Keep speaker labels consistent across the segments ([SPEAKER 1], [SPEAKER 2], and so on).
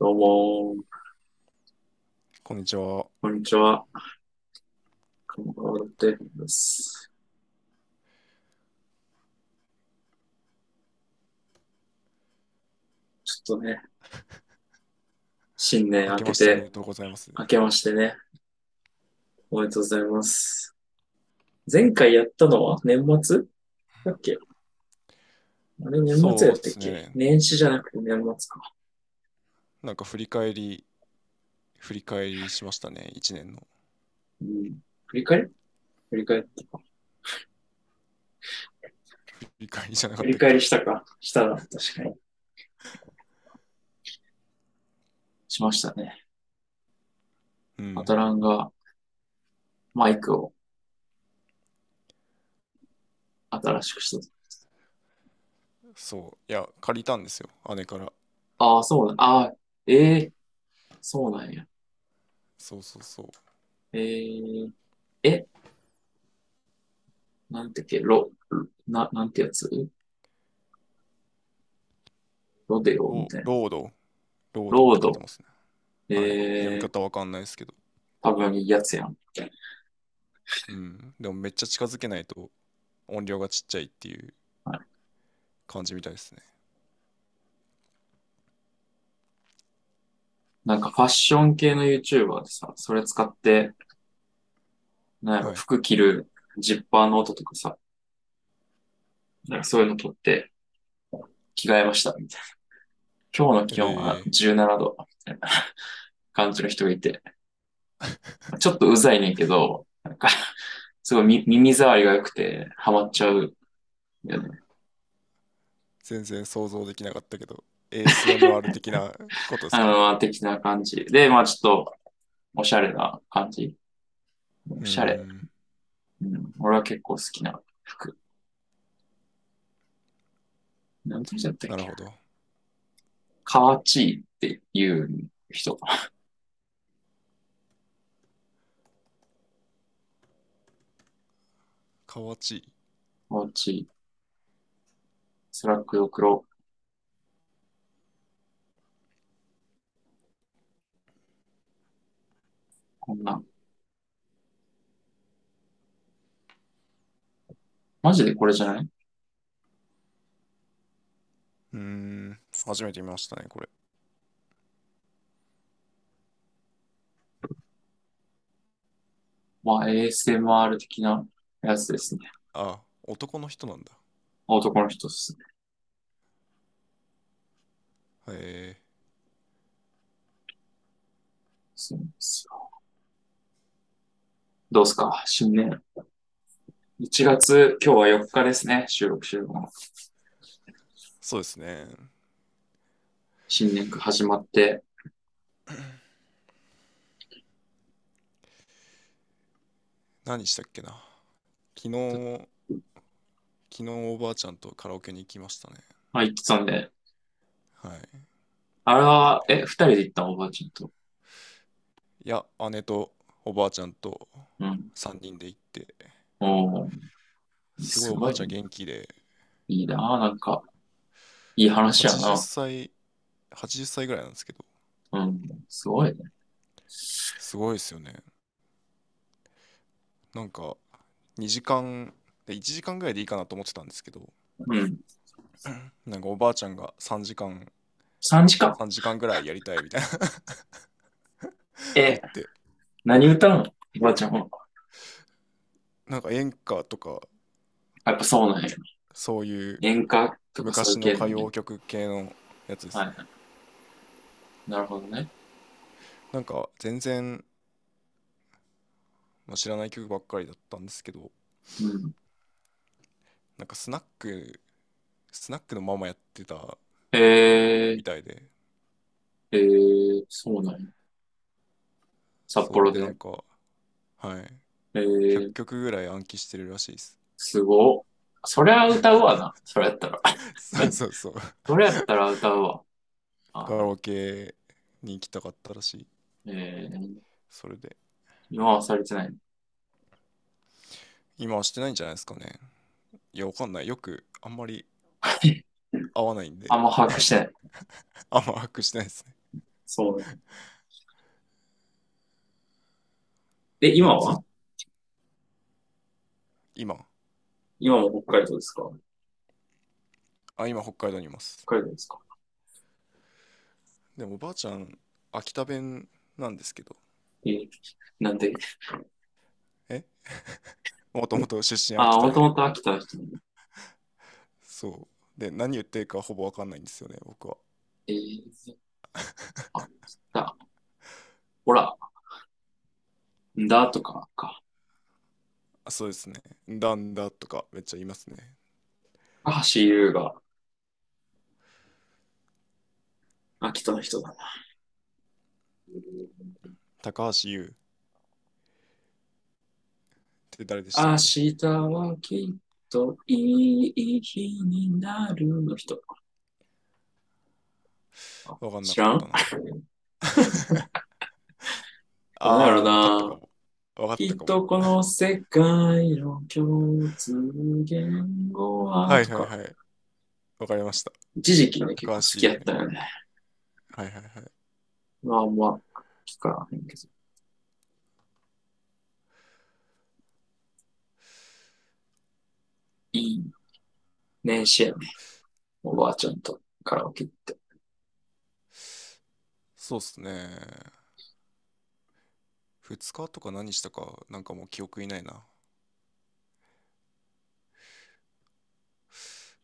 [SPEAKER 1] どうも、
[SPEAKER 2] こんにちは。
[SPEAKER 1] こんにちは。こんばんは、デビンです。ちょっとね、新年明
[SPEAKER 2] 明
[SPEAKER 1] けて、
[SPEAKER 2] けましておめでとうございます。
[SPEAKER 1] 明けましてね。おめでとうございます。前回やったのは年末だっけあれ年末やったっ
[SPEAKER 2] そう
[SPEAKER 1] け、
[SPEAKER 2] ですね
[SPEAKER 1] 年始じゃなくて年末か。
[SPEAKER 2] なんか振り返り、振り返りしましたね、一年の。
[SPEAKER 1] うん、振り返り振り返ったか。
[SPEAKER 2] 振り返りじゃなか
[SPEAKER 1] 振
[SPEAKER 2] った
[SPEAKER 1] り
[SPEAKER 2] っけ
[SPEAKER 1] 返りしたかしたら、確かに。しましたね。
[SPEAKER 2] うん、
[SPEAKER 1] アタランがマイクを新しくした。
[SPEAKER 2] そう。いや、借りたんですよ、姉から。
[SPEAKER 1] ああ、そうなん、ああ、ええそうなんや。
[SPEAKER 2] そうそうそう。
[SPEAKER 1] えー、えなんてっけ、ロ、ロな、なんてやつロデオみ
[SPEAKER 2] ロ
[SPEAKER 1] たいな。
[SPEAKER 2] ロード。ロー
[SPEAKER 1] ロード
[SPEAKER 2] って言ってますねはい読
[SPEAKER 1] え
[SPEAKER 2] み
[SPEAKER 1] ー、
[SPEAKER 2] 方わかんないですけど。
[SPEAKER 1] 多分いいやつやん。
[SPEAKER 2] うん。でもめっちゃ近づけないと音量がちっちゃいっていう
[SPEAKER 1] はい
[SPEAKER 2] 感じみたいですね。
[SPEAKER 1] なんかファッション系の YouTuber でさ、それ使って、なんやろ、
[SPEAKER 2] はい
[SPEAKER 1] 服着るジッパーの音とかさ、なんかそういうの撮って、着替えました、みたいな。今日の気温が
[SPEAKER 2] えー
[SPEAKER 1] 17度、みたいな感じの人がいて、ちょっとうざいねんけど、なんか、すごいみ耳障りが良くて、ハマっちゃうよね。
[SPEAKER 2] 全然想像できなかったけど、ASMR 的なことで す
[SPEAKER 1] あ
[SPEAKER 2] か。
[SPEAKER 1] の、的な感じ。で、まあちょっと、おしゃれな感じ。おしゃれ
[SPEAKER 2] う。ん
[SPEAKER 1] うん、俺は結構好きな服。なんて言っちゃった
[SPEAKER 2] な
[SPEAKER 1] っ
[SPEAKER 2] る
[SPEAKER 1] け
[SPEAKER 2] ほど。
[SPEAKER 1] カワチーっていう人。
[SPEAKER 2] かわちい。
[SPEAKER 1] カワチー。スラックド黒。こんな。マジでこれじゃないう
[SPEAKER 2] ーん、初めて見ましたね、これ。
[SPEAKER 1] まあ ASMR 的なやつですね。
[SPEAKER 2] あ、男の人なんだ。
[SPEAKER 1] 男の人ですね。
[SPEAKER 2] へえ、
[SPEAKER 1] そうなんですよ。どうすか新年。1月、今日は4日ですね。収録収録の。
[SPEAKER 2] そうですね。
[SPEAKER 1] 新年が始まって。
[SPEAKER 2] 何したっけな。昨日、昨日おばあちゃんとカラオケに行きましたね。
[SPEAKER 1] あ、行ってたんで。
[SPEAKER 2] はい。
[SPEAKER 1] あれは、え、2人で行ったのおばあちゃんと。
[SPEAKER 2] いや、姉とおばあちゃんと
[SPEAKER 1] うん。
[SPEAKER 2] 3人で行って、
[SPEAKER 1] おー
[SPEAKER 2] すごいおばあちゃん元気で、
[SPEAKER 1] いいななんか。いい話や
[SPEAKER 2] 80
[SPEAKER 1] な。
[SPEAKER 2] 歳、80歳ぐらいなんですけど、
[SPEAKER 1] うん。すごいね。
[SPEAKER 2] すごいですよね。なんか、2時間、で1時間ぐらいでいいかなと思ってたんですけど、
[SPEAKER 1] うん。
[SPEAKER 2] なんかおばあちゃんが3時間、
[SPEAKER 1] 3時間。
[SPEAKER 2] 3時間ぐらいやりたいみたいな 言
[SPEAKER 1] え、
[SPEAKER 2] って、
[SPEAKER 1] 何歌うのおばあちゃんは。
[SPEAKER 2] なんか演歌とか、
[SPEAKER 1] やっぱそうなんや。
[SPEAKER 2] そういう
[SPEAKER 1] 演歌とかそういう
[SPEAKER 2] 昔の
[SPEAKER 1] 系
[SPEAKER 2] 歌
[SPEAKER 1] ね
[SPEAKER 2] 謡曲系のやつです
[SPEAKER 1] は
[SPEAKER 2] ね。
[SPEAKER 1] いはい。なるほどね。
[SPEAKER 2] なんか全然、まあ、知らない曲ばっかりだったんですけど、
[SPEAKER 1] うん。
[SPEAKER 2] なんかスナック、スナックのママやってた
[SPEAKER 1] えー
[SPEAKER 2] み。たいで、
[SPEAKER 1] えー、そうなんや。札
[SPEAKER 2] そう
[SPEAKER 1] 幌
[SPEAKER 2] で
[SPEAKER 1] で
[SPEAKER 2] なん。か、はい、
[SPEAKER 1] え
[SPEAKER 2] 100
[SPEAKER 1] ー、
[SPEAKER 2] 曲ぐらい暗記してるらしい です。
[SPEAKER 1] すごっ。そりゃ歌うわな。それやったら。
[SPEAKER 2] そうそうそう。
[SPEAKER 1] それやったら歌うわ。あ
[SPEAKER 2] カラオケに行きたかったらしい。
[SPEAKER 1] えー、
[SPEAKER 2] それで、
[SPEAKER 1] 今はされてない。
[SPEAKER 2] 今はしてないんじゃないですかね。いや、わかんない。よくあんま り合わないんで、
[SPEAKER 1] あんま把握してない。
[SPEAKER 2] あんま把握してないですね。
[SPEAKER 1] そう。え、今は
[SPEAKER 2] 今、
[SPEAKER 1] 今も北海道ですか
[SPEAKER 2] あ、今北海道にいます。
[SPEAKER 1] 北海道ですか
[SPEAKER 2] でもおばあちゃん、秋田弁なんですけど、
[SPEAKER 1] え、なんで
[SPEAKER 2] もともと出身秋
[SPEAKER 1] ああ、
[SPEAKER 2] 田
[SPEAKER 1] もとも
[SPEAKER 2] で、
[SPEAKER 1] と秋田の人なんだ。
[SPEAKER 2] そう。で、何言ってるかほぼわかんないんですよね、僕は。
[SPEAKER 1] えー、あ、だ、ほら、んだとかか。
[SPEAKER 2] あ、そうですね。んだんだとかめっちゃ言いますね。
[SPEAKER 1] 高橋優が秋田の人だな。
[SPEAKER 2] 高橋優って誰でしたっ
[SPEAKER 1] 明
[SPEAKER 2] け
[SPEAKER 1] 日はきっといい日になるの人。
[SPEAKER 2] わかんな
[SPEAKER 1] 知ら
[SPEAKER 2] か
[SPEAKER 1] ん
[SPEAKER 2] ったな。
[SPEAKER 1] どうやろうな
[SPEAKER 2] あーわか
[SPEAKER 1] きっ
[SPEAKER 2] ったかも。わかったかも。
[SPEAKER 1] とこの世界の共通言語
[SPEAKER 2] は
[SPEAKER 1] はいと
[SPEAKER 2] はい
[SPEAKER 1] か、
[SPEAKER 2] はい。わかりました。
[SPEAKER 1] 一時期ね、結構
[SPEAKER 2] 高
[SPEAKER 1] 好
[SPEAKER 2] 橋
[SPEAKER 1] き
[SPEAKER 2] 優
[SPEAKER 1] やったよね。
[SPEAKER 2] はいはいはい。
[SPEAKER 1] まあまあ、聞かへんけど。いい年始やね。おばあちゃんとカラオケ行って。
[SPEAKER 2] そうっすね。2日とか何したか、なんかもう記憶いないな。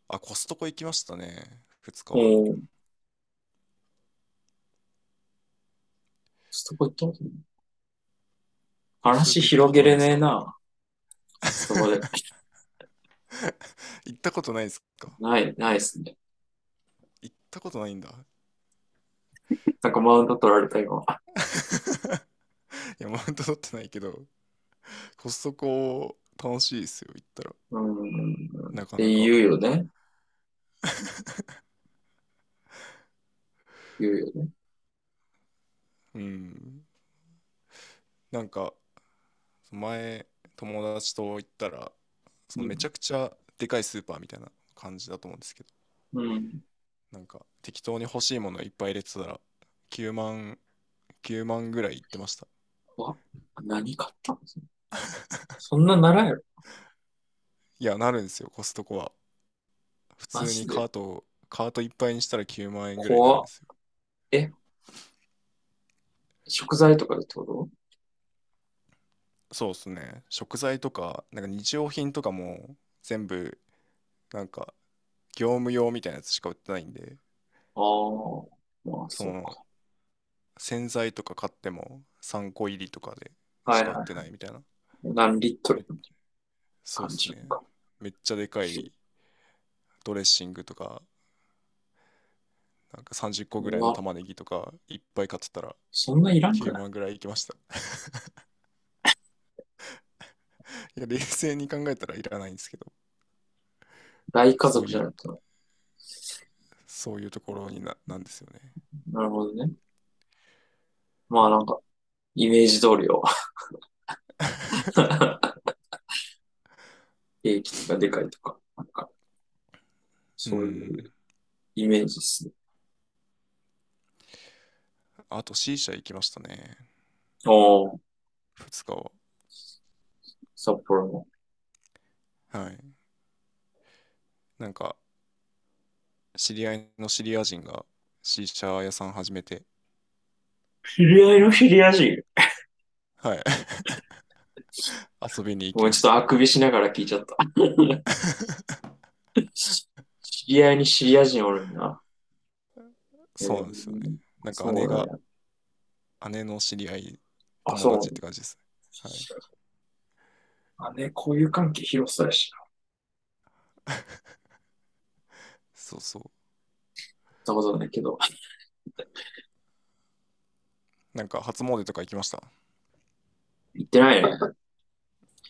[SPEAKER 2] あ、コストコ行きましたね。2日
[SPEAKER 1] お
[SPEAKER 2] は。
[SPEAKER 1] ー、そこ行ったことない
[SPEAKER 2] コストコ
[SPEAKER 1] 話
[SPEAKER 2] 行った
[SPEAKER 1] 広
[SPEAKER 2] こと
[SPEAKER 1] げ
[SPEAKER 2] な
[SPEAKER 1] れ
[SPEAKER 2] いです
[SPEAKER 1] ねえな。
[SPEAKER 2] か
[SPEAKER 1] そこで。
[SPEAKER 2] 行ったことないですか
[SPEAKER 1] ない、ないですね。
[SPEAKER 2] 行ったことないんだ。
[SPEAKER 1] なんかマウント取られた今。
[SPEAKER 2] いや、マウント取ってないけど、コストコ楽しいですよ、行ったら。
[SPEAKER 1] うーん。っ
[SPEAKER 2] なか
[SPEAKER 1] て
[SPEAKER 2] なか。
[SPEAKER 1] 言うよね。言うよね。
[SPEAKER 2] うん。なんか、前、友達と行ったら、そうのめ
[SPEAKER 1] ん。
[SPEAKER 2] ちゃくちゃでかいスーパーみたいな感じだと思うんですけど、
[SPEAKER 1] うん。
[SPEAKER 2] なんか適当に欲しいものいっぱい入れてたら、9万、9万ぐらい行ってました。
[SPEAKER 1] わ、何買ったのそんなならんやろ。
[SPEAKER 2] いや、なるんですよ、コストコは。普
[SPEAKER 1] マ
[SPEAKER 2] 通
[SPEAKER 1] ジ
[SPEAKER 2] に
[SPEAKER 1] で。
[SPEAKER 2] カートを、カートいっぱいにしたら9万円ぐらいになるん
[SPEAKER 1] 怖
[SPEAKER 2] で
[SPEAKER 1] っ。
[SPEAKER 2] すよ。
[SPEAKER 1] え、食材とかでってこと
[SPEAKER 2] そうっすね。食材とか、なんか日用品とかも全部、なんか業務用みたいなやつしか売ってないんで、
[SPEAKER 1] ああー、まあ
[SPEAKER 2] そ
[SPEAKER 1] そう
[SPEAKER 2] の
[SPEAKER 1] か。
[SPEAKER 2] 洗剤とか買っても3個入りとかで
[SPEAKER 1] は
[SPEAKER 2] し
[SPEAKER 1] い
[SPEAKER 2] か売っ
[SPEAKER 1] は
[SPEAKER 2] てないみたいな。
[SPEAKER 1] い。何リット
[SPEAKER 2] め
[SPEAKER 1] ル
[SPEAKER 2] そうっ
[SPEAKER 1] 感
[SPEAKER 2] す
[SPEAKER 1] じ
[SPEAKER 2] ね。
[SPEAKER 1] か。
[SPEAKER 2] めっちゃでかいドレッシングとか、なんか30個ぐら
[SPEAKER 1] う
[SPEAKER 2] いの
[SPEAKER 1] わ、
[SPEAKER 2] 玉ねぎとかいっぱい買ってたら
[SPEAKER 1] そんないらんく
[SPEAKER 2] 9
[SPEAKER 1] ない
[SPEAKER 2] 万ぐらいいきました。 いや、冷静に考えたらいらないんですけど、
[SPEAKER 1] 大家
[SPEAKER 2] そう
[SPEAKER 1] 族じ
[SPEAKER 2] い
[SPEAKER 1] ゃ
[SPEAKER 2] う、
[SPEAKER 1] ないと。
[SPEAKER 2] そういうところにな、なんですよね。
[SPEAKER 1] なるほどね。まあなんか、イメージ通り を。ケーキとかでかいとか、なんか、
[SPEAKER 2] う。
[SPEAKER 1] そういうんイメージですね。
[SPEAKER 2] あと C 社行きましたね。
[SPEAKER 1] おー、
[SPEAKER 2] 2日は。
[SPEAKER 1] 札幌の。
[SPEAKER 2] はい。なんか、知り合いのシリア人がシーシャ屋さん始めて、
[SPEAKER 1] 知り合いの知り合い人。
[SPEAKER 2] はい。 遊びに行
[SPEAKER 1] もう
[SPEAKER 2] きま
[SPEAKER 1] ちょっ
[SPEAKER 2] し
[SPEAKER 1] と
[SPEAKER 2] た。
[SPEAKER 1] あくびしながら聞いちゃった。知り合いに知り合い人おるんだ。え
[SPEAKER 2] そうなんですよね。
[SPEAKER 1] ー、
[SPEAKER 2] なんか
[SPEAKER 1] そ
[SPEAKER 2] 姉
[SPEAKER 1] うなん
[SPEAKER 2] が、
[SPEAKER 1] や。
[SPEAKER 2] 姉の知り合い、
[SPEAKER 1] あ、
[SPEAKER 2] 友
[SPEAKER 1] そ
[SPEAKER 2] 達っ
[SPEAKER 1] う。
[SPEAKER 2] て感じですね。はい。
[SPEAKER 1] あね、こういう関係広そうやしな。行
[SPEAKER 2] そうそう。
[SPEAKER 1] ったことないけど。
[SPEAKER 2] なんか初詣とか行きました。
[SPEAKER 1] 行ってないね。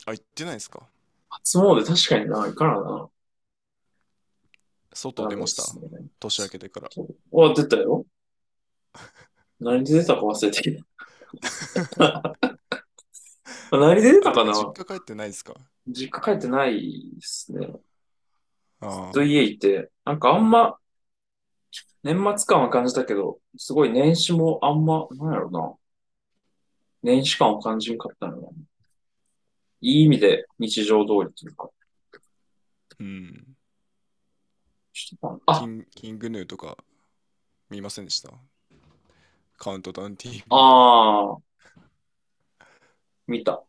[SPEAKER 2] あ、行ってないですか
[SPEAKER 1] 初詣確かにな、行からな。
[SPEAKER 2] 外
[SPEAKER 1] ダ
[SPEAKER 2] 出
[SPEAKER 1] メ
[SPEAKER 2] ま
[SPEAKER 1] っ
[SPEAKER 2] し
[SPEAKER 1] す
[SPEAKER 2] た。
[SPEAKER 1] ね。
[SPEAKER 2] 年明けてから。
[SPEAKER 1] そうあ、出たよ。何で出たか忘れてき た。何で出た
[SPEAKER 2] あ、て
[SPEAKER 1] か
[SPEAKER 2] か実
[SPEAKER 1] な
[SPEAKER 2] 家帰ってないですか
[SPEAKER 1] 実家帰ってないですね。ずっ
[SPEAKER 2] あ
[SPEAKER 1] と家いて、なんかあんま年末感は感じたけど、すごい年始もあんま、なんやろな。年始感を感じんかったのよいい意味で日常通りというか、
[SPEAKER 2] うん。
[SPEAKER 1] してたの
[SPEAKER 2] キ
[SPEAKER 1] あ、
[SPEAKER 2] ンキングヌーとか見ませんでしたカウントダウン TV。
[SPEAKER 1] ああ、見た。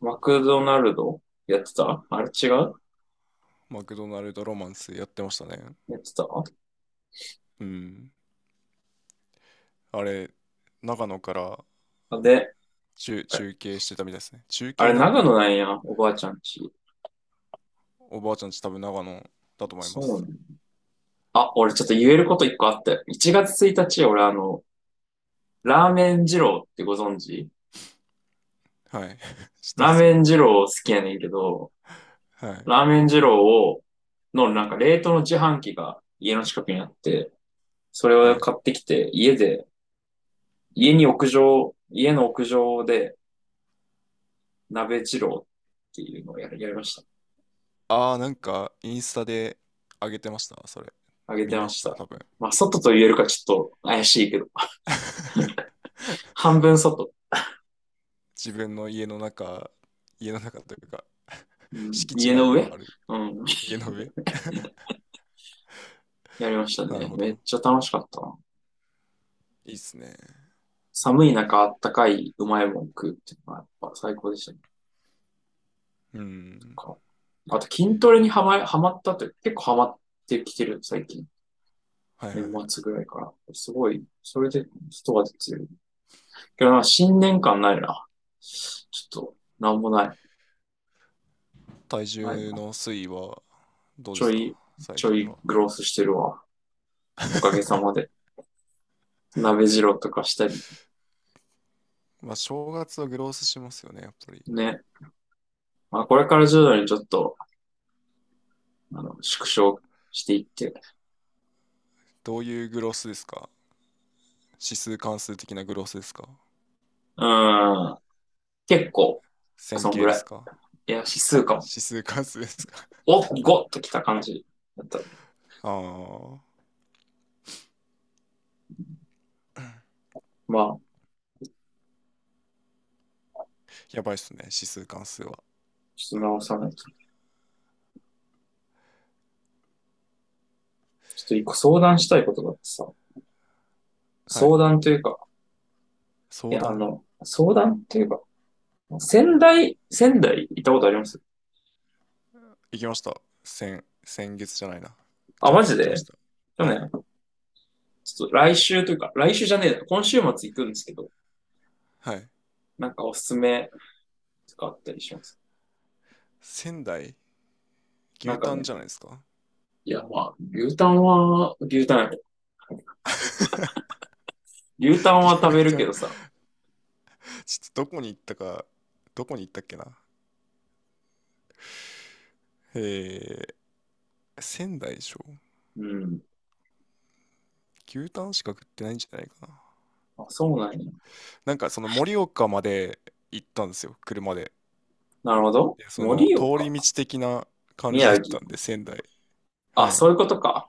[SPEAKER 1] マクドナルドやってたあれ違う
[SPEAKER 2] マクドナルドロマンスやってましたね。
[SPEAKER 1] やってた
[SPEAKER 2] うん。あれ、長野から
[SPEAKER 1] あで、
[SPEAKER 2] 中、中継してたみたいですね。中継
[SPEAKER 1] あれ
[SPEAKER 2] なの
[SPEAKER 1] 長
[SPEAKER 2] か
[SPEAKER 1] 野
[SPEAKER 2] な
[SPEAKER 1] なんや、おばあちゃんち。
[SPEAKER 2] おばあちゃんち多分長野だと思いま
[SPEAKER 1] そう
[SPEAKER 2] す。
[SPEAKER 1] なのあ、俺ちょっと言えること一個あって。1月1日、俺あの、ラーメン二郎ってご存知
[SPEAKER 2] はい。 知ってま
[SPEAKER 1] ラー
[SPEAKER 2] すよ。
[SPEAKER 1] メン二郎好きやねんけど、
[SPEAKER 2] はい。
[SPEAKER 1] ラーメン二郎を、のなんか冷凍の自販機が家の近くにあって、それ
[SPEAKER 2] は
[SPEAKER 1] を
[SPEAKER 2] い。
[SPEAKER 1] 買ってきて、家で、家に屋上、家の屋上で鍋二郎っていうのをやり、やりました。
[SPEAKER 2] ああ、なんかインスタで上げてました、それ。
[SPEAKER 1] あげ
[SPEAKER 2] 見
[SPEAKER 1] てま
[SPEAKER 2] ま
[SPEAKER 1] し
[SPEAKER 2] した、
[SPEAKER 1] た。
[SPEAKER 2] 多分。
[SPEAKER 1] まあ、外と言えるかちょっと怪しい けど、半分外。
[SPEAKER 2] 自分の家の中、家の中というか、
[SPEAKER 1] うん、
[SPEAKER 2] 敷地
[SPEAKER 1] 家の
[SPEAKER 2] 内に
[SPEAKER 1] 上
[SPEAKER 2] ある
[SPEAKER 1] うん。
[SPEAKER 2] 家の 上。
[SPEAKER 1] やりました
[SPEAKER 2] なる
[SPEAKER 1] ね。
[SPEAKER 2] ほ
[SPEAKER 1] めっ
[SPEAKER 2] ど。
[SPEAKER 1] ちゃ楽しかったな。
[SPEAKER 2] いいっすね。
[SPEAKER 1] 寒い中、あったかいうまいもん食うっていうのはやっぱ最高でしたね。
[SPEAKER 2] うん。
[SPEAKER 1] なんかあと筋トレにはまり、はまったという、結構はまってきてる、最近。
[SPEAKER 2] はい
[SPEAKER 1] 年
[SPEAKER 2] はい。
[SPEAKER 1] 末ぐらいから。すごい、それで外が出てる。けどなんか新年感ないな。ちょっと、なんもない。
[SPEAKER 2] 体
[SPEAKER 1] ない
[SPEAKER 2] 重
[SPEAKER 1] な。
[SPEAKER 2] の推移はどう
[SPEAKER 1] ちょ
[SPEAKER 2] ですか
[SPEAKER 1] い、
[SPEAKER 2] 最
[SPEAKER 1] ちょ
[SPEAKER 2] 近
[SPEAKER 1] い
[SPEAKER 2] は。
[SPEAKER 1] グロスしてるわ。おかげさまで。鍋二郎とかしたり。
[SPEAKER 2] まあ、正月はグロースしますよね、やっぱり。
[SPEAKER 1] ね。まあ、これから徐々にちょっと、あの、縮小していって。
[SPEAKER 2] どういうグロースですか指数関数的なグロースですか
[SPEAKER 1] うーん。結構、
[SPEAKER 2] 線
[SPEAKER 1] そん
[SPEAKER 2] 形
[SPEAKER 1] ぐ
[SPEAKER 2] で
[SPEAKER 1] らい。
[SPEAKER 2] すか
[SPEAKER 1] いや、指数かも。
[SPEAKER 2] 指数関数ですか
[SPEAKER 1] お、ゴッときた感じだった。
[SPEAKER 2] ああ。
[SPEAKER 1] まあ、
[SPEAKER 2] やばいっすね、指数関数は。
[SPEAKER 1] ちょっと直さないと。ちょっと一個相談したいことがあってさ。
[SPEAKER 2] はい。
[SPEAKER 1] 相談というか、い
[SPEAKER 2] 相
[SPEAKER 1] や、あ
[SPEAKER 2] 談
[SPEAKER 1] の、相談っていうか、仙台、仙台行ったことあります
[SPEAKER 2] 行きました。先、先月じゃないな。
[SPEAKER 1] あ、
[SPEAKER 2] 去
[SPEAKER 1] マジ
[SPEAKER 2] 年行きま
[SPEAKER 1] で
[SPEAKER 2] した。
[SPEAKER 1] 去
[SPEAKER 2] はい。
[SPEAKER 1] 年、ちょっと来週というか、来週じゃねえな、今週末行くんですけど、
[SPEAKER 2] はい。
[SPEAKER 1] なんかおすすめとかあったりします
[SPEAKER 2] 仙台、
[SPEAKER 1] な
[SPEAKER 2] 牛
[SPEAKER 1] んか
[SPEAKER 2] タン
[SPEAKER 1] ね、
[SPEAKER 2] じゃないですか
[SPEAKER 1] いや、まあ、牛タンは、牛タンやろ。 牛タンは食
[SPEAKER 2] 牛
[SPEAKER 1] べる
[SPEAKER 2] タ
[SPEAKER 1] け
[SPEAKER 2] ン
[SPEAKER 1] どさ、
[SPEAKER 2] ちょっとどこに行ったか、どこに行ったっけな。えー、仙台でしょ
[SPEAKER 1] うん。
[SPEAKER 2] 牛タンしか食ってないんじゃないかな。
[SPEAKER 1] あ、そうなんや。
[SPEAKER 2] なんかその盛岡まで行ったんですよ、車で。
[SPEAKER 1] なるほど。
[SPEAKER 2] で、その
[SPEAKER 1] 盛
[SPEAKER 2] 通り
[SPEAKER 1] 岡、
[SPEAKER 2] 道的な感じで
[SPEAKER 1] 宮
[SPEAKER 2] 行っ
[SPEAKER 1] 城。
[SPEAKER 2] たんで、仙台。
[SPEAKER 1] あ、
[SPEAKER 2] はい。
[SPEAKER 1] そういうことか。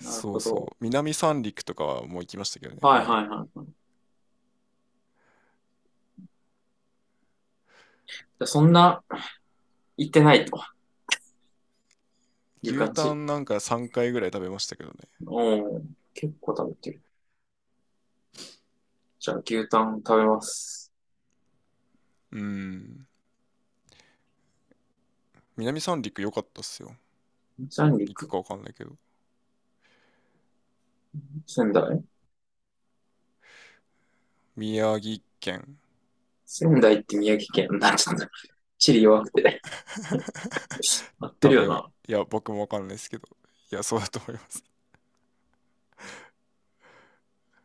[SPEAKER 1] なる
[SPEAKER 2] そ
[SPEAKER 1] ほ
[SPEAKER 2] う
[SPEAKER 1] ど。
[SPEAKER 2] そう。南三陸とかはもう行きましたけどね、
[SPEAKER 1] はい
[SPEAKER 2] 前。
[SPEAKER 1] はいはいはい。じゃそんな、行ってないという
[SPEAKER 2] 牛
[SPEAKER 1] 感
[SPEAKER 2] タ
[SPEAKER 1] じ。
[SPEAKER 2] ンなんか3回ぐらい食べましたけどね。
[SPEAKER 1] うん。結構食べてる。じゃあ牛タン食べます。
[SPEAKER 2] うん。南三陸良かったっすよ。
[SPEAKER 1] 三
[SPEAKER 2] 行く
[SPEAKER 1] 陸、
[SPEAKER 2] かわかんないけど。
[SPEAKER 1] 仙台。
[SPEAKER 2] 宮城県。
[SPEAKER 1] 仙台って宮城県なんちゃった。地理弱く て。合って
[SPEAKER 2] 多
[SPEAKER 1] るよ
[SPEAKER 2] 分、
[SPEAKER 1] な。
[SPEAKER 2] いや、僕もわかんないですけど。いや、そうだと思います。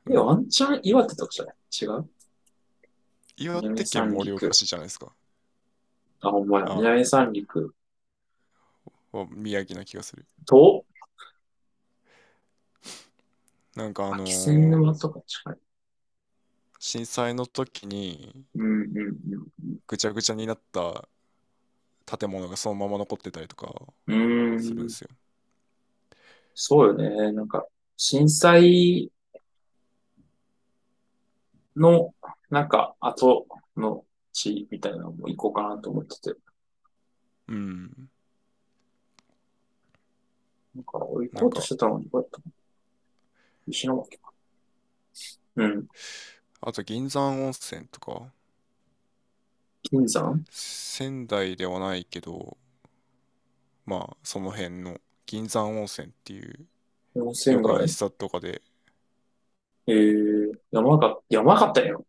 [SPEAKER 2] う
[SPEAKER 1] いや、ワ
[SPEAKER 2] ん。
[SPEAKER 1] ンチャン岩手とかじゃない違う
[SPEAKER 2] 岩
[SPEAKER 1] 南
[SPEAKER 2] 手県
[SPEAKER 1] 三
[SPEAKER 2] 盛岡
[SPEAKER 1] 陸。
[SPEAKER 2] 市じゃないですか。
[SPEAKER 1] あ、ほんまや。
[SPEAKER 2] あ
[SPEAKER 1] 南三陸
[SPEAKER 2] は宮城な気がする。
[SPEAKER 1] と、
[SPEAKER 2] なんかあ
[SPEAKER 1] あ、
[SPEAKER 2] の
[SPEAKER 1] 気仙
[SPEAKER 2] ー
[SPEAKER 1] 沼とか近い。
[SPEAKER 2] 震災の時に
[SPEAKER 1] うんうんうん。
[SPEAKER 2] ぐちゃぐちゃになった建物がそのまま残ってたりとか
[SPEAKER 1] うー
[SPEAKER 2] するんで
[SPEAKER 1] ん。
[SPEAKER 2] すよ。
[SPEAKER 1] そうよね。なんか、震災の、なんか、後の地みたいなのも行こうかなと思ってて。
[SPEAKER 2] うん。
[SPEAKER 1] なんか、俺行こうとしてたのに、こうやった。石巻か。うん。
[SPEAKER 2] あと銀山温泉とか、
[SPEAKER 1] 金山
[SPEAKER 2] 仙台ではないけど、まあその辺の銀山温泉っていう、
[SPEAKER 1] 温
[SPEAKER 2] よ
[SPEAKER 1] 泉
[SPEAKER 2] くイン
[SPEAKER 1] 街
[SPEAKER 2] スタとかで、
[SPEAKER 1] えー、山形、山形やろ。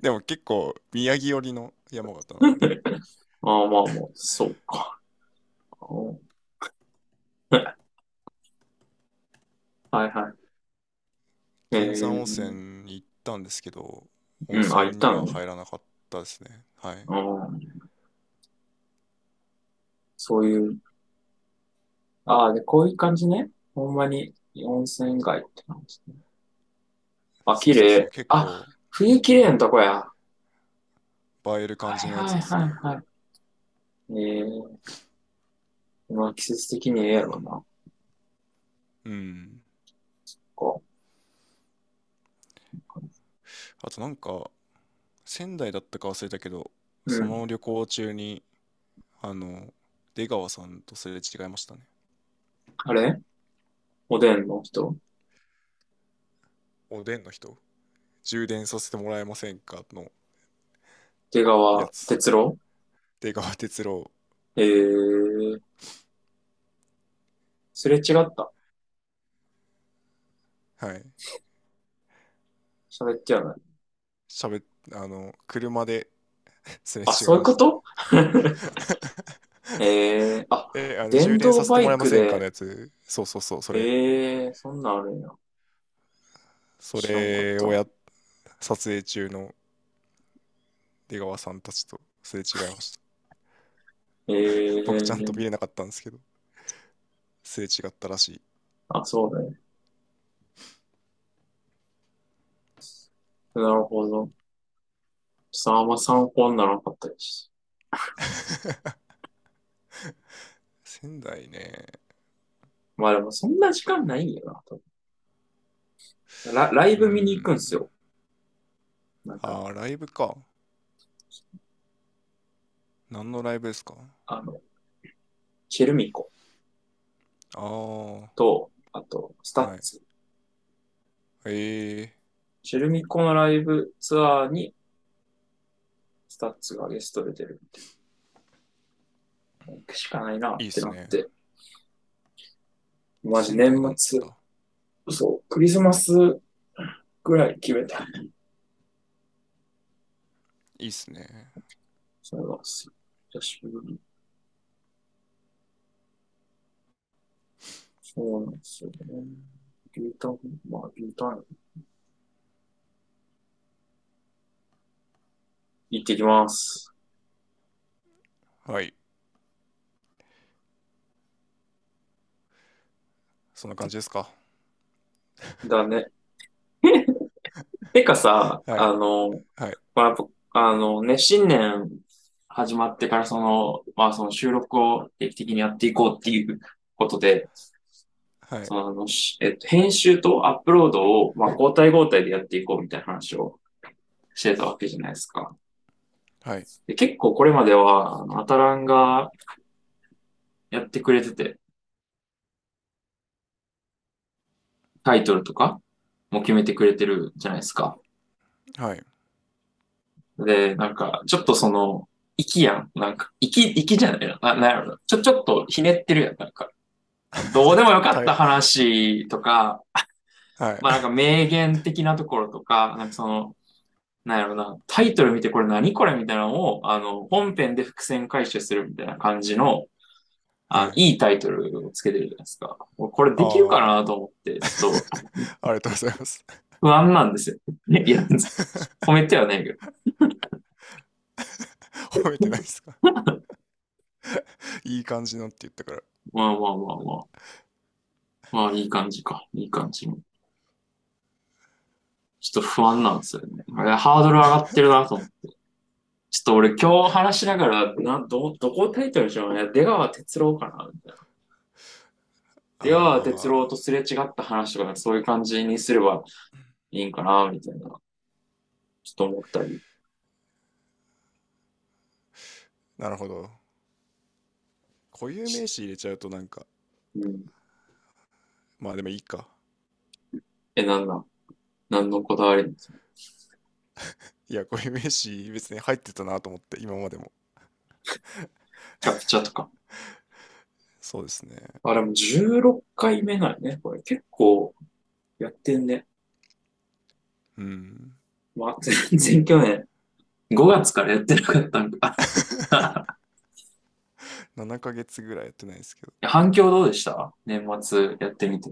[SPEAKER 2] でも結構宮城寄りの山形なん で、
[SPEAKER 1] ああ、まあまあ、そうか。うん はいはい。え
[SPEAKER 2] 銀山温
[SPEAKER 1] ー、
[SPEAKER 2] 泉に行ったんですけど、
[SPEAKER 1] う
[SPEAKER 2] 温
[SPEAKER 1] ん、あ、
[SPEAKER 2] 泉
[SPEAKER 1] 行っ
[SPEAKER 2] に
[SPEAKER 1] た
[SPEAKER 2] は
[SPEAKER 1] の
[SPEAKER 2] 入らなかったですね。はい。
[SPEAKER 1] うん、そういう、ああ、で、こういう感じね。ほんまに、温泉街って感じね。あ、
[SPEAKER 2] そ
[SPEAKER 1] 綺
[SPEAKER 2] うそうそう、
[SPEAKER 1] 麗。
[SPEAKER 2] 結
[SPEAKER 1] あ、
[SPEAKER 2] 構
[SPEAKER 1] 冬綺麗なとこや。
[SPEAKER 2] 映える感
[SPEAKER 1] はい
[SPEAKER 2] じのやつ
[SPEAKER 1] はい
[SPEAKER 2] ですね。
[SPEAKER 1] はいはい。えー、まあ季節的にええやろな。
[SPEAKER 2] うん。
[SPEAKER 1] こ
[SPEAKER 2] あとなんか、仙台だったか忘れたけど、
[SPEAKER 1] う。う
[SPEAKER 2] そ
[SPEAKER 1] ん。
[SPEAKER 2] の旅行中に、あの、出川さんとすれ違いましたね。
[SPEAKER 1] あれおでんの人
[SPEAKER 2] おでんの人、充電させてもらえませんかの
[SPEAKER 1] 出
[SPEAKER 2] や
[SPEAKER 1] 川
[SPEAKER 2] つ。
[SPEAKER 1] 哲朗
[SPEAKER 2] 出川哲朗。
[SPEAKER 1] えー、すれ違った
[SPEAKER 2] はい。
[SPEAKER 1] 喋ってはない。
[SPEAKER 2] 喋っ、あの、車で すれ
[SPEAKER 1] あ、
[SPEAKER 2] 違い
[SPEAKER 1] そういう
[SPEAKER 2] まし
[SPEAKER 1] こ
[SPEAKER 2] たね。
[SPEAKER 1] と えー、あ、
[SPEAKER 2] え、あの、
[SPEAKER 1] 電
[SPEAKER 2] 充電
[SPEAKER 1] 動
[SPEAKER 2] させて
[SPEAKER 1] バ
[SPEAKER 2] もら
[SPEAKER 1] イ
[SPEAKER 2] えま
[SPEAKER 1] ク
[SPEAKER 2] せんかの
[SPEAKER 1] で、
[SPEAKER 2] やつ。そうそうそう、それ。
[SPEAKER 1] えー、そんなんあるんや。
[SPEAKER 2] そ
[SPEAKER 1] 知らんかっ
[SPEAKER 2] れ
[SPEAKER 1] た。
[SPEAKER 2] をや、撮影中の出川さんたちとすれ違いました。
[SPEAKER 1] え
[SPEAKER 2] 僕ちゃんと
[SPEAKER 1] ー、
[SPEAKER 2] 見れなかったんですけど、すれ違ったらしい。
[SPEAKER 1] あ、そうね。なるほど。ちょっとあんま参考にならなかったです。
[SPEAKER 2] 仙台ね。
[SPEAKER 1] まあでもそんな時間ないんやな、多分ラ、ライ
[SPEAKER 2] う
[SPEAKER 1] ブ見に行くんす
[SPEAKER 2] ん。
[SPEAKER 1] よ。なんか、
[SPEAKER 2] あー、ライブか。何のライブですか
[SPEAKER 1] あの、チェルミコ
[SPEAKER 2] ああー、
[SPEAKER 1] と、あと、スタッ
[SPEAKER 2] はい。
[SPEAKER 1] ツ。
[SPEAKER 2] ええ
[SPEAKER 1] チェルミコのライブツアーに、スタッツがゲストで出る。行くしかないなっ
[SPEAKER 2] いいってす
[SPEAKER 1] なっ
[SPEAKER 2] ね。
[SPEAKER 1] て。マジ
[SPEAKER 2] 仙台
[SPEAKER 1] 年
[SPEAKER 2] なん
[SPEAKER 1] 末、
[SPEAKER 2] だ。
[SPEAKER 1] そう、クリスマスぐらい決めた。
[SPEAKER 2] いいっすね。
[SPEAKER 1] そうなんですよ。久しぶりに。そうなんですよね。牛タン、まあ牛タン行ってきます。
[SPEAKER 2] はい。そんな感じですか。
[SPEAKER 1] だね。てかさ、
[SPEAKER 2] は
[SPEAKER 1] あ
[SPEAKER 2] い。
[SPEAKER 1] の、
[SPEAKER 2] はい。
[SPEAKER 1] まあ、やっぱ、あのね、新年始まってからその、まあその収録を定期的にやっていこうっていうことで、
[SPEAKER 2] はい。
[SPEAKER 1] その、あの、しえっと、編集とアップロードを、まあ、交代交代でやっていこうみたいな話をしてたわけじゃないですか。
[SPEAKER 2] はい。
[SPEAKER 1] で、結構これまでは、あのアタランがやってくれてて、タイトルとかも決めてくれてるじゃないですか。
[SPEAKER 2] はい。
[SPEAKER 1] で、なんか、ちょっとその、息やん。なんか、息、息じゃないのな、なんやろな。ちょ、ちょっとひねってるやん。なんか、どうでもよかっ
[SPEAKER 2] は
[SPEAKER 1] た
[SPEAKER 2] い。
[SPEAKER 1] 話とか、
[SPEAKER 2] はい。
[SPEAKER 1] まあなんか名言的なところとか、なんかその、なんやろな、タイトル見てこれ何これみたいなのを、あの、本編で伏線回収するみたいな感じの、あ、
[SPEAKER 2] はい。
[SPEAKER 1] いいタイトルをつけてるじゃないですか。もうこれできるか
[SPEAKER 2] あ
[SPEAKER 1] なと思って、ちょっと
[SPEAKER 2] あ、ありがとうございます。
[SPEAKER 1] 不安なんですよ。 いや、褒めてはないけど。
[SPEAKER 2] 褒めてないですか。 いい感じのって言ったから。
[SPEAKER 1] まあまあまあまあ。まあいい感じか。いい感じの。ちょっと不安なんですよね。あれハードル上がってるなと思って。ちょっと俺今日話しながら、な、ど、どこタイトルにしようかな。出川哲朗かなみたいな。手は
[SPEAKER 2] あー
[SPEAKER 1] 哲郎とすれ違った話とか、なんかそういう感じにすればいいんかな、みたいな、ちょっと思ったり。
[SPEAKER 2] なるほど固有名詞入れちゃうとなんか
[SPEAKER 1] うん、
[SPEAKER 2] まあでもいいか
[SPEAKER 1] え、なんなん何のこだわりなんですか
[SPEAKER 2] いや固有名詞別に入ってたなと思って今までも
[SPEAKER 1] キャプチャとか。
[SPEAKER 2] そうですね
[SPEAKER 1] あ、でも16回目なんやね、これ。結構やってんね。
[SPEAKER 2] うん
[SPEAKER 1] まあ、 全然去年、5月からやってなかったんか。
[SPEAKER 2] 7ヶ月ぐらいやってないですけど
[SPEAKER 1] 反響どうでした年末やってみて。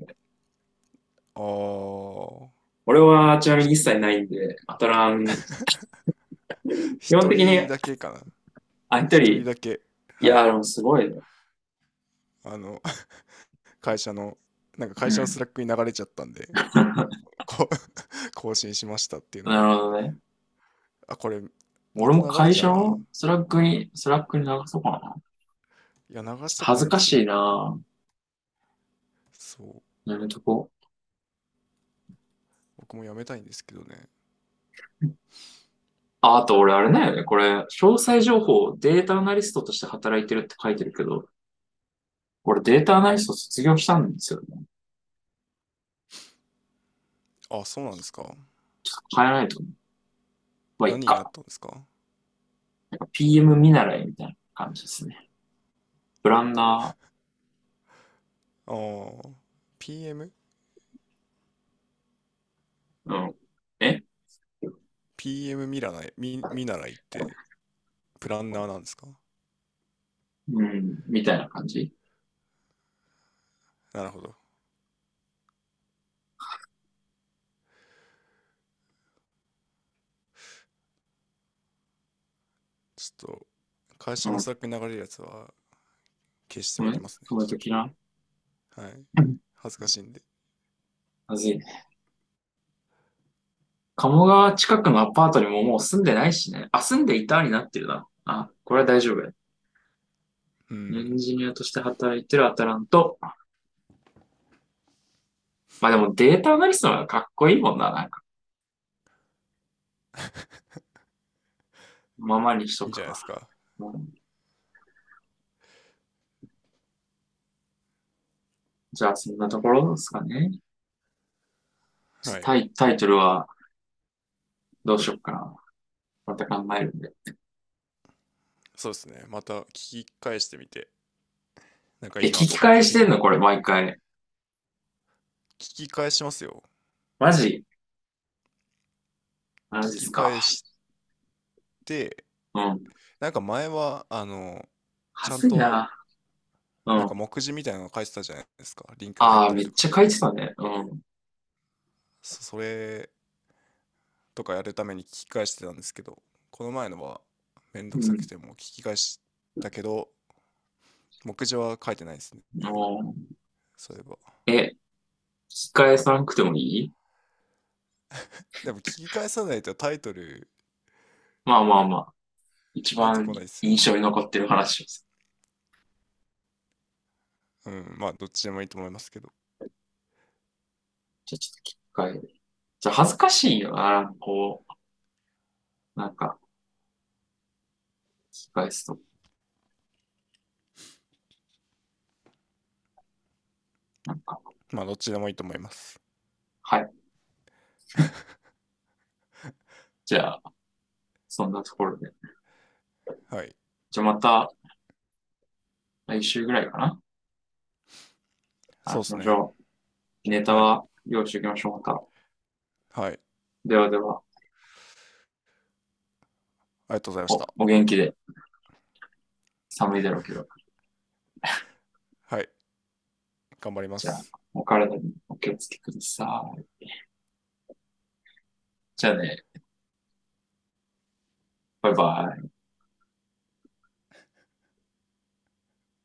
[SPEAKER 2] あー
[SPEAKER 1] 俺はちなみに一切ないんで、当たらん。基本的に
[SPEAKER 2] 一人だけかな
[SPEAKER 1] あ、一
[SPEAKER 2] 一人
[SPEAKER 1] 人。
[SPEAKER 2] だけ
[SPEAKER 1] いや、でもすごいね。
[SPEAKER 2] あの 会社のなんか会社のスラックに流れちゃっ たんで、こう更新しましたっていうの
[SPEAKER 1] なるほどね。
[SPEAKER 2] あこれい
[SPEAKER 1] 俺も会社のスラックに、スラックに流そうかな。
[SPEAKER 2] や流して
[SPEAKER 1] 恥ずか
[SPEAKER 2] い
[SPEAKER 1] しいな
[SPEAKER 2] そう
[SPEAKER 1] やめとこ
[SPEAKER 2] 僕もやめたいんですけどね
[SPEAKER 1] う。あ、あと俺あれだよね。これ、詳細情報、データアナリストとして働いてるって書いてるけど、俺データアナリスト卒業したんですよね。
[SPEAKER 2] あそうなんですか
[SPEAKER 1] ちょっと変えないとね。まあ、いっ
[SPEAKER 2] 何や
[SPEAKER 1] か。
[SPEAKER 2] ったんですか
[SPEAKER 1] なんか PM 見習いみたいな感じですね。ブランダ
[SPEAKER 2] ああ PM?PM
[SPEAKER 1] ー、うん。
[SPEAKER 2] 見習い見見習いってプランナーなんですか
[SPEAKER 1] うん、みたいな感じ。
[SPEAKER 2] なるほどちょっと会社のスラックに流れるやつは消してもらいます
[SPEAKER 1] その時な。
[SPEAKER 2] ね、はい
[SPEAKER 1] うん、
[SPEAKER 2] 恥ずかしいんで
[SPEAKER 1] まずいね。鴨川近くのアパートにももう住んでないしね。あ、住んでいたになってるな。あ、これは大丈夫や。
[SPEAKER 2] う
[SPEAKER 1] エ
[SPEAKER 2] ん
[SPEAKER 1] ンジニアとして働いてるアタラント。まあでもデータアナリストの方がかっこいいもんな、 なんか。ままにし
[SPEAKER 2] い
[SPEAKER 1] と
[SPEAKER 2] いん
[SPEAKER 1] く
[SPEAKER 2] じゃないで
[SPEAKER 1] か
[SPEAKER 2] す。か
[SPEAKER 1] うんじゃあ、そんなところですかね。
[SPEAKER 2] はい
[SPEAKER 1] タイタイトルは、どうしようかな。また考えるんで。
[SPEAKER 2] そうですねまた聞き返してみてなんか
[SPEAKER 1] え、
[SPEAKER 2] 今
[SPEAKER 1] 聞き返してんのこれ、毎回。
[SPEAKER 2] 聞き返しますよ
[SPEAKER 1] マジマジ
[SPEAKER 2] 聞
[SPEAKER 1] で
[SPEAKER 2] き
[SPEAKER 1] すか。
[SPEAKER 2] 返して
[SPEAKER 1] うん。
[SPEAKER 2] なんか前はあのちゃん
[SPEAKER 1] 恥
[SPEAKER 2] と
[SPEAKER 1] ずいな。う
[SPEAKER 2] なん
[SPEAKER 1] ん
[SPEAKER 2] か。目次みたいなの書いてたじゃないですかリンク
[SPEAKER 1] あ
[SPEAKER 2] 貼
[SPEAKER 1] あ、
[SPEAKER 2] た
[SPEAKER 1] めっ
[SPEAKER 2] りとか
[SPEAKER 1] ちゃ書いてたね。うん。
[SPEAKER 2] そそれとかやるために聞き返してたんですけどこの前のはめんどくさくてもう聞き返したけど、目次は書いてないですね
[SPEAKER 1] うん
[SPEAKER 2] そういえば
[SPEAKER 1] え、聞き返さなくてもいい
[SPEAKER 2] でも聞き返さないとタイトル
[SPEAKER 1] まあまあまあ。一
[SPEAKER 2] 出て
[SPEAKER 1] 番
[SPEAKER 2] こないですよ
[SPEAKER 1] 印象に残ってる話です。
[SPEAKER 2] うんまあどっちでもいいと思いますけど
[SPEAKER 1] じゃあちょっと聞き返る。じゃあ恥ずかしいよな、なんかこう。なんか、聞き返すと。なんか、
[SPEAKER 2] まあどっちでもいいと思います
[SPEAKER 1] はい。 じゃあ、そんなところで。
[SPEAKER 2] はい
[SPEAKER 1] じゃあまた、来週ぐらいかな。
[SPEAKER 2] そうです
[SPEAKER 1] 話しま
[SPEAKER 2] ね
[SPEAKER 1] しょうネタは用意しておきましょう、また。
[SPEAKER 2] はい
[SPEAKER 1] ではでは、
[SPEAKER 2] ありがとうございました
[SPEAKER 1] おお元気で。寒いだろうけど、
[SPEAKER 2] はい頑張りま
[SPEAKER 1] じゃあ
[SPEAKER 2] す
[SPEAKER 1] お体にお気をつけください。じゃあね。バイバイ。